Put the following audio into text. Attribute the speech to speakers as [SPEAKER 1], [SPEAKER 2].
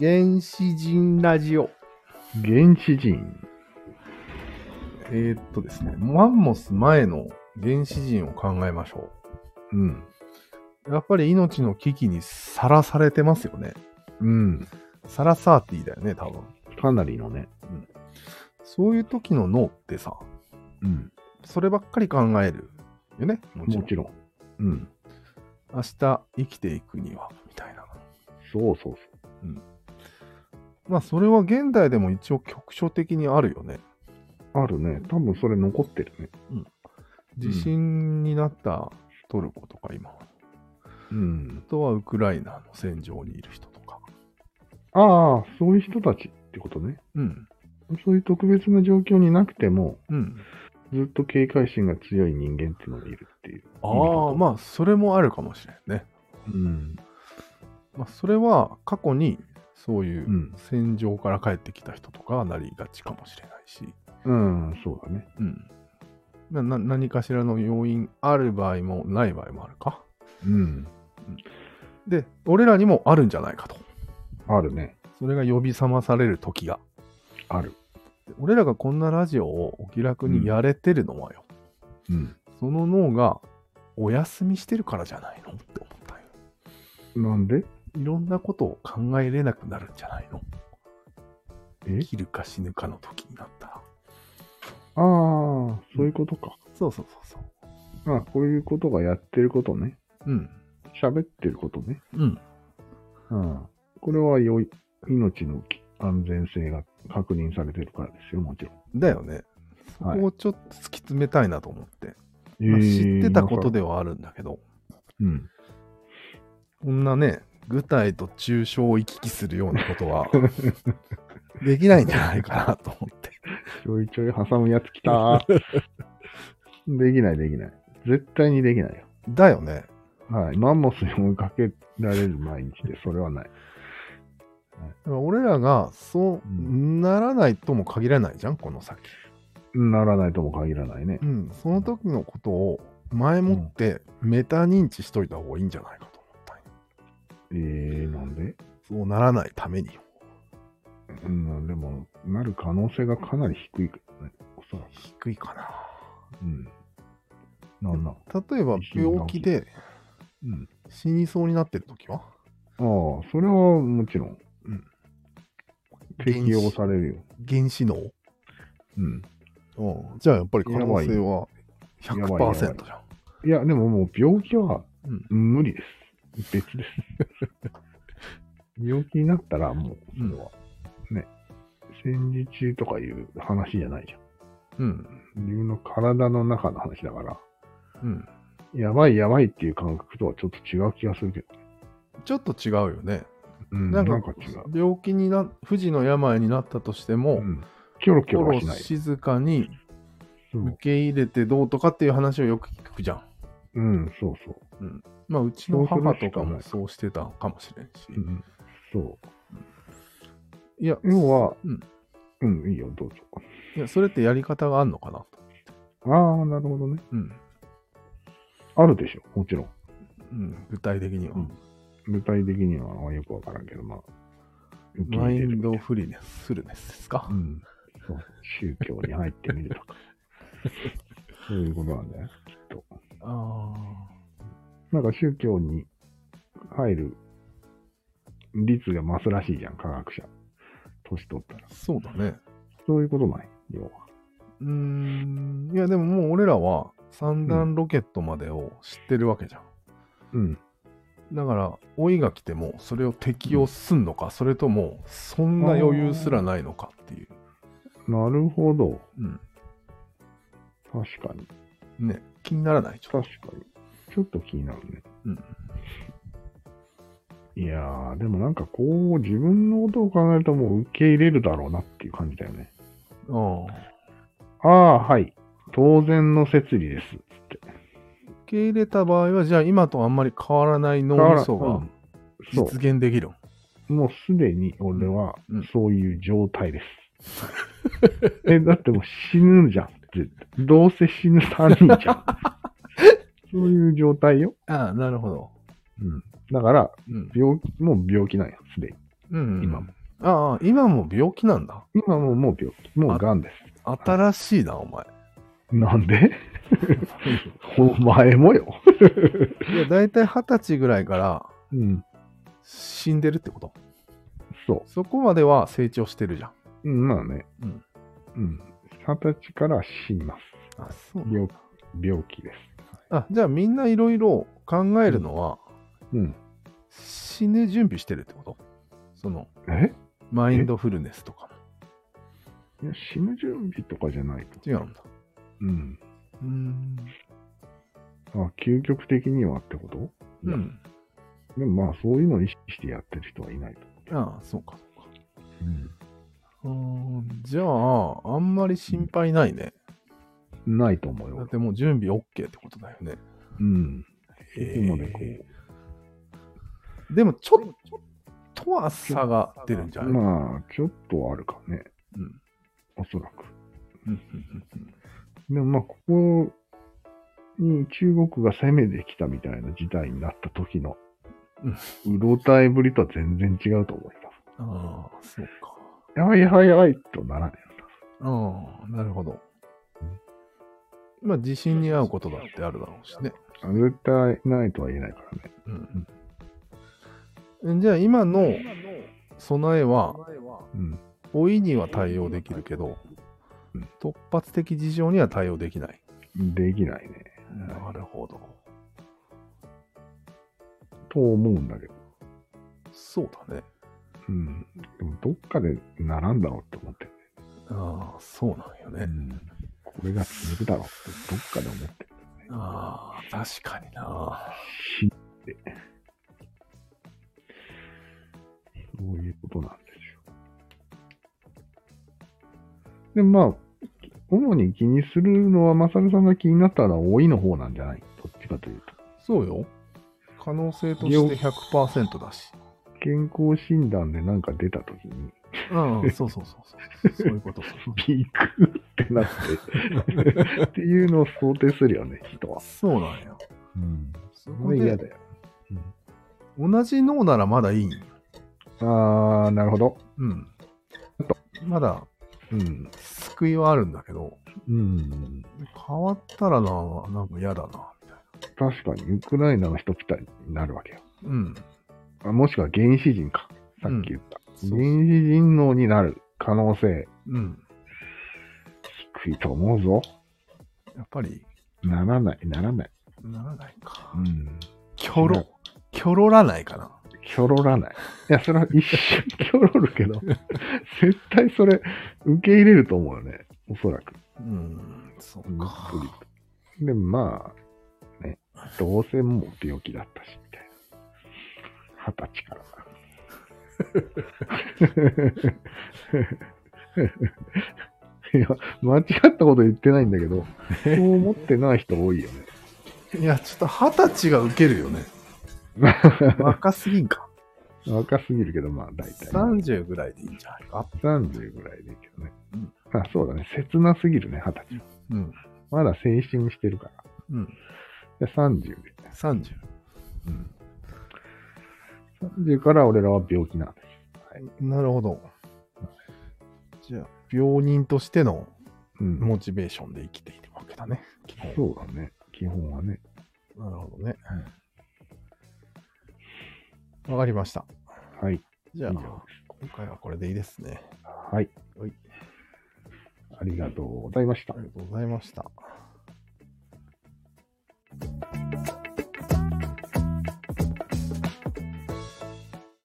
[SPEAKER 1] 原始人ラジオ。
[SPEAKER 2] 原始人。えー、っとですね、マンモス前の原始人を考えましょう。うん。やっぱり命の危機にさらされてますよね。
[SPEAKER 3] うん。
[SPEAKER 2] サラサーティだよね、多分。
[SPEAKER 3] かなりのね。
[SPEAKER 2] そういう時の脳ってさ、
[SPEAKER 3] うん。
[SPEAKER 2] そればっかり考えるよね。もちろん。
[SPEAKER 3] もちろん。うん。
[SPEAKER 2] 明日生きていくには、みたいな。
[SPEAKER 3] そうそうそ
[SPEAKER 2] まあ、それは現代でも一応局所的にあるよね。
[SPEAKER 3] う。あるね。多分それ残ってるね。
[SPEAKER 2] 地震になったトルコとか今、
[SPEAKER 3] うん。
[SPEAKER 2] あとはウクライナの戦場にいる人とか。
[SPEAKER 3] ああ、そういう人たちってことね。
[SPEAKER 2] うん。
[SPEAKER 3] そういう特別な状況になくても、
[SPEAKER 2] うん。
[SPEAKER 3] ずっと警戒心が強い人間っていうのがいるっていう。
[SPEAKER 2] ああ、まあ、それもあるかもしれんね。
[SPEAKER 3] うん。
[SPEAKER 2] まあ、それは過去にそういううん戦場から帰ってきた人とかはなりがちかもしれないし、
[SPEAKER 3] うん、そうだね。
[SPEAKER 2] うん。まあな何かしらの要因ある場合もない場合もあるか。
[SPEAKER 3] うん。
[SPEAKER 2] で、俺らにもあるんじゃないかと。
[SPEAKER 3] あるね。
[SPEAKER 2] それが呼び覚まされる時が。
[SPEAKER 3] ある。
[SPEAKER 2] で俺らがこんなラジオをお気楽にやれてるのはよ、
[SPEAKER 3] うん。
[SPEAKER 2] その脳がお休みしてるからじゃないのって思ったよ。
[SPEAKER 3] なんで
[SPEAKER 2] いろんなことを考えれなくなるんじゃないの
[SPEAKER 3] え
[SPEAKER 2] 生きるか死ぬかの時になったら。
[SPEAKER 3] ああ、そういうことか。
[SPEAKER 2] そうそうそうそう。
[SPEAKER 3] あこういうことがやってることね。
[SPEAKER 2] うん。
[SPEAKER 3] 喋ってることね。
[SPEAKER 2] うん。
[SPEAKER 3] うん。これはよい命のき安全性が確認されてるからですよ、もちろん。
[SPEAKER 2] だよね。そ
[SPEAKER 3] はい
[SPEAKER 2] こをちょっと突き詰めたいなと思って。
[SPEAKER 3] ま
[SPEAKER 2] まあ
[SPEAKER 3] あ
[SPEAKER 2] 知ってたこと。ではあるんだけど、
[SPEAKER 3] うん。
[SPEAKER 2] こんなね、具体と抽象を行き来するようなことは、 できないんじゃないかなと思って。
[SPEAKER 3] ちょいちょい挟むやつきた ー。できない、できない。絶対にできないよ。
[SPEAKER 2] だよね。
[SPEAKER 3] はい。マンモスに追いかけられる毎日で、それはない。
[SPEAKER 2] だから俺らがそう
[SPEAKER 3] うん
[SPEAKER 2] ならないとも限らないじゃん、この先。
[SPEAKER 3] ならないとも限らないね
[SPEAKER 2] う。ん、その時のことを前もってメタ認知しといた方がいいんじゃないかと思ったんよ
[SPEAKER 3] えー、なんで
[SPEAKER 2] そうならないためによ。
[SPEAKER 3] うん、でも、なる可能性がかなり低いけどね。おそらく。
[SPEAKER 2] 低いかな。
[SPEAKER 3] うん。なんな
[SPEAKER 2] 例えば病気で
[SPEAKER 3] うん。
[SPEAKER 2] 死にそうになってる時は
[SPEAKER 3] ああ、それはもちろん。
[SPEAKER 2] うん。
[SPEAKER 3] 適用されるよ。
[SPEAKER 2] 原子脳
[SPEAKER 3] うん。
[SPEAKER 2] うん、じゃあやっぱり可能性は
[SPEAKER 3] やばいやばい
[SPEAKER 2] 100%じゃん。
[SPEAKER 3] いや、でももう病気は
[SPEAKER 2] うん
[SPEAKER 3] 無理です。別です。 病気になったらもう、それは、ね、戦時中とかいう話じゃないじゃん。
[SPEAKER 2] うん。
[SPEAKER 3] 自分の体の中の話だから、
[SPEAKER 2] うん。
[SPEAKER 3] やばいやばいっていう感覚とはちょっと違う気がするけど。
[SPEAKER 2] ちょっと違うよね。
[SPEAKER 3] うん、
[SPEAKER 2] な
[SPEAKER 3] なんん
[SPEAKER 2] か、
[SPEAKER 3] か違う。
[SPEAKER 2] 病気にな、不治の病になったとしても、
[SPEAKER 3] うん。キョロキョロはし
[SPEAKER 2] 心
[SPEAKER 3] ない。
[SPEAKER 2] 静かに
[SPEAKER 3] そう
[SPEAKER 2] 受け入れてどうとかっていう話をよく聞くじゃん。
[SPEAKER 3] うん、そうそう。
[SPEAKER 2] まあ、うちの母とか
[SPEAKER 3] そうするしかな
[SPEAKER 2] も
[SPEAKER 3] い
[SPEAKER 2] そうしてたかもしれんし。
[SPEAKER 3] うん、そう。
[SPEAKER 2] いや、
[SPEAKER 3] 要は、
[SPEAKER 2] うん
[SPEAKER 3] うん、いいよ、どうぞ。
[SPEAKER 2] いやそれってやり方があるのかなと。
[SPEAKER 3] ああ、なるほどね。
[SPEAKER 2] うん。
[SPEAKER 3] あるでしょ、もちろん。
[SPEAKER 2] うん、具体的には。
[SPEAKER 3] うん具体的にはよくわからんけど、まあ、受け
[SPEAKER 2] マイ
[SPEAKER 3] 入れ
[SPEAKER 2] ン
[SPEAKER 3] る。
[SPEAKER 2] ドフリーネス、フルネスですか
[SPEAKER 3] う。ん。そう、宗教に入ってみるとか。そういうことなんだよ、きっと。
[SPEAKER 2] あ
[SPEAKER 3] なんか宗教に入る率が増すらしいじゃん、科学者。年取ったら。
[SPEAKER 2] あ、そうだね。
[SPEAKER 3] そういうことない、要は。
[SPEAKER 2] うーんいやでももう俺らは三段ロケットまでを知ってるわけじゃん。
[SPEAKER 3] うん。
[SPEAKER 2] だから、老いが来てもそれを適用すんのか、それともそんな余裕すらないのかっていう。
[SPEAKER 3] なるほど。
[SPEAKER 2] うん。
[SPEAKER 3] 確かに。
[SPEAKER 2] ね、気にならないちょっ
[SPEAKER 3] 確かに。ちょっと気になるね。
[SPEAKER 2] うん
[SPEAKER 3] いやー、でもなんかこう、自分のことを考えるともう受け入れるだろうなっていう感じだよね。
[SPEAKER 2] と。ああ。
[SPEAKER 3] ああ、はい。当然の説理です。
[SPEAKER 2] 受け入れた場合は、じゃあ今とあんまり変わらない脳みそ
[SPEAKER 3] う
[SPEAKER 2] が
[SPEAKER 3] んそ
[SPEAKER 2] 実
[SPEAKER 3] う。
[SPEAKER 2] 現できる。
[SPEAKER 3] もうすでに俺は
[SPEAKER 2] うん
[SPEAKER 3] そういう状態です。 え、だってもう死ぬじゃん。絶対どうせ死ぬ3人じ ゃん。そういう状態よ。
[SPEAKER 2] ああ、なるほど。
[SPEAKER 3] うん。だから、
[SPEAKER 2] うん。
[SPEAKER 3] 病気、もう病気なんや、すでに。
[SPEAKER 2] うん
[SPEAKER 3] 今も。
[SPEAKER 2] ああ、今も病気なんだ。
[SPEAKER 3] 今ももう病気、もう癌です。
[SPEAKER 2] 新しいな、お前。
[SPEAKER 3] な んでお前もよ。
[SPEAKER 2] いや、だいたい二十歳ぐらいから
[SPEAKER 3] うん、
[SPEAKER 2] 死んでるってこと。
[SPEAKER 3] そ
[SPEAKER 2] そこまでは成長してるじゃん。
[SPEAKER 3] う。うんまあね。
[SPEAKER 2] うん。
[SPEAKER 3] うん。二十歳から死にます。
[SPEAKER 2] あ、そう
[SPEAKER 3] 病病気です。
[SPEAKER 2] あ、じゃあみんないろいろ考えるのは、
[SPEAKER 3] うん。
[SPEAKER 2] 死ぬ準備してるってことその、
[SPEAKER 3] え
[SPEAKER 2] マインドフルネスとかも。
[SPEAKER 3] いや死ぬ準備とかじゃないと。
[SPEAKER 2] 違うんだ。
[SPEAKER 3] うん。
[SPEAKER 2] うーん。
[SPEAKER 3] あ、究極的にはってこと
[SPEAKER 2] う
[SPEAKER 3] いや
[SPEAKER 2] ん。
[SPEAKER 3] でもまあ、そういうのを意識してやってる人はいないと。
[SPEAKER 2] ああ、そうか。
[SPEAKER 3] うん
[SPEAKER 2] うーんじゃあ、あんまり心配ないね。
[SPEAKER 3] ないと思う
[SPEAKER 2] だっ
[SPEAKER 3] よ。
[SPEAKER 2] てもう準備 OK ってことだよね。
[SPEAKER 3] うん。いつまでこ
[SPEAKER 2] へえでもちょっとは差が出るんじゃ
[SPEAKER 3] う。
[SPEAKER 2] ない、
[SPEAKER 3] まあ、ちょっとあるかね。
[SPEAKER 2] うん
[SPEAKER 3] おそらく。
[SPEAKER 2] うんうんうん
[SPEAKER 3] でもまあ、ここに中国が攻めてきたみたいな事態になった時の、うろたえぶりとは全然違うと思います。
[SPEAKER 2] ああ、そうか。
[SPEAKER 3] やばいやばいやばいとならない。
[SPEAKER 2] ああ、なるほど。まあ、地震に遭うことだってあるだろうしね。
[SPEAKER 3] 絶対ないとは言えないからね。
[SPEAKER 2] うんうん、じゃあ、今の備えは、
[SPEAKER 3] うん。
[SPEAKER 2] 老いには対応できるけど
[SPEAKER 3] うん、
[SPEAKER 2] 突発的事情には対応できない。
[SPEAKER 3] できないね。
[SPEAKER 2] なるほど。
[SPEAKER 3] と思うんだけど。
[SPEAKER 2] そうだね。
[SPEAKER 3] うん。でもどっかでならんだろうって思ってる
[SPEAKER 2] ああ、そうなんよね。
[SPEAKER 3] ね。これが続くだろうってどっかで思ってる。
[SPEAKER 2] ああ、確かにな。
[SPEAKER 3] 死んで。そういうことなんですよ。で、まあ、主に気にするのは、マサルさんが気になったら多いの方なんじゃないどっちかというと。
[SPEAKER 2] そうよ。可能性として100%だし。
[SPEAKER 3] 健康診断でなんか出たときに、
[SPEAKER 2] うん、そうそうそうそう。そういうこと。
[SPEAKER 3] ピークってなって、 っていうのを想定するよね、人は。
[SPEAKER 2] そうなんよ。
[SPEAKER 3] うん。
[SPEAKER 2] そ
[SPEAKER 3] そ
[SPEAKER 2] こ
[SPEAKER 3] れ嫌
[SPEAKER 2] で
[SPEAKER 3] だよ。
[SPEAKER 2] 同じ脳ならまだいいんよ。
[SPEAKER 3] あー、なるほど。
[SPEAKER 2] うん。まだ
[SPEAKER 3] うん。
[SPEAKER 2] 救いはあるんだけど、
[SPEAKER 3] うん。
[SPEAKER 2] 変わったらな、なんか嫌だな、みたい
[SPEAKER 3] 確かに、ウクライナの人みたいになるわけよ。
[SPEAKER 2] な。うん。
[SPEAKER 3] あもしくは原始人か。さっき言った。
[SPEAKER 2] うんそうそう
[SPEAKER 3] 原始人脳になる可能性
[SPEAKER 2] うん。
[SPEAKER 3] 低いと思うぞ。
[SPEAKER 2] やっぱり、
[SPEAKER 3] ならない、ならない。
[SPEAKER 2] ならないか。
[SPEAKER 3] うん。
[SPEAKER 2] キョロ、キョロらないかな。
[SPEAKER 3] キョロらない。いや、それは一瞬キョロるけど、 絶対それ受け入れると思うよね。おそらく。
[SPEAKER 2] うん、そううんか。
[SPEAKER 3] でもまあ、ね、どうせもう病気だったし、みたいな。二十歳から な。いや、間違ったこと言ってないんだけど、そう思ってない人多いよね。
[SPEAKER 2] いや、ちょっと二十歳がウケるよ ね。若すぎんか。
[SPEAKER 3] 若すぎるけど、まあ大体。
[SPEAKER 2] 30ぐらいでいいんじゃないか。
[SPEAKER 3] 30ぐらいでいいけどね
[SPEAKER 2] うん。
[SPEAKER 3] あそうだね。切なすぎるね、二十歳。
[SPEAKER 2] うん。
[SPEAKER 3] まだ青春してるか
[SPEAKER 2] うん。
[SPEAKER 3] ら。じゃあ30で。
[SPEAKER 2] 30。
[SPEAKER 3] うん。30から俺らは病気なんです。
[SPEAKER 2] なるほど。じゃあ、病人としての
[SPEAKER 3] うん
[SPEAKER 2] モチベーションで生きているわけだね。基本。
[SPEAKER 3] そうだね。基本はね。
[SPEAKER 2] なるほどね。わかりました。
[SPEAKER 3] はい。
[SPEAKER 2] じゃあ、
[SPEAKER 3] 以上で
[SPEAKER 2] 今回はこれでいいですね。
[SPEAKER 3] はい。
[SPEAKER 2] はい。
[SPEAKER 3] ありがとうございました
[SPEAKER 2] あ。りがとうございました。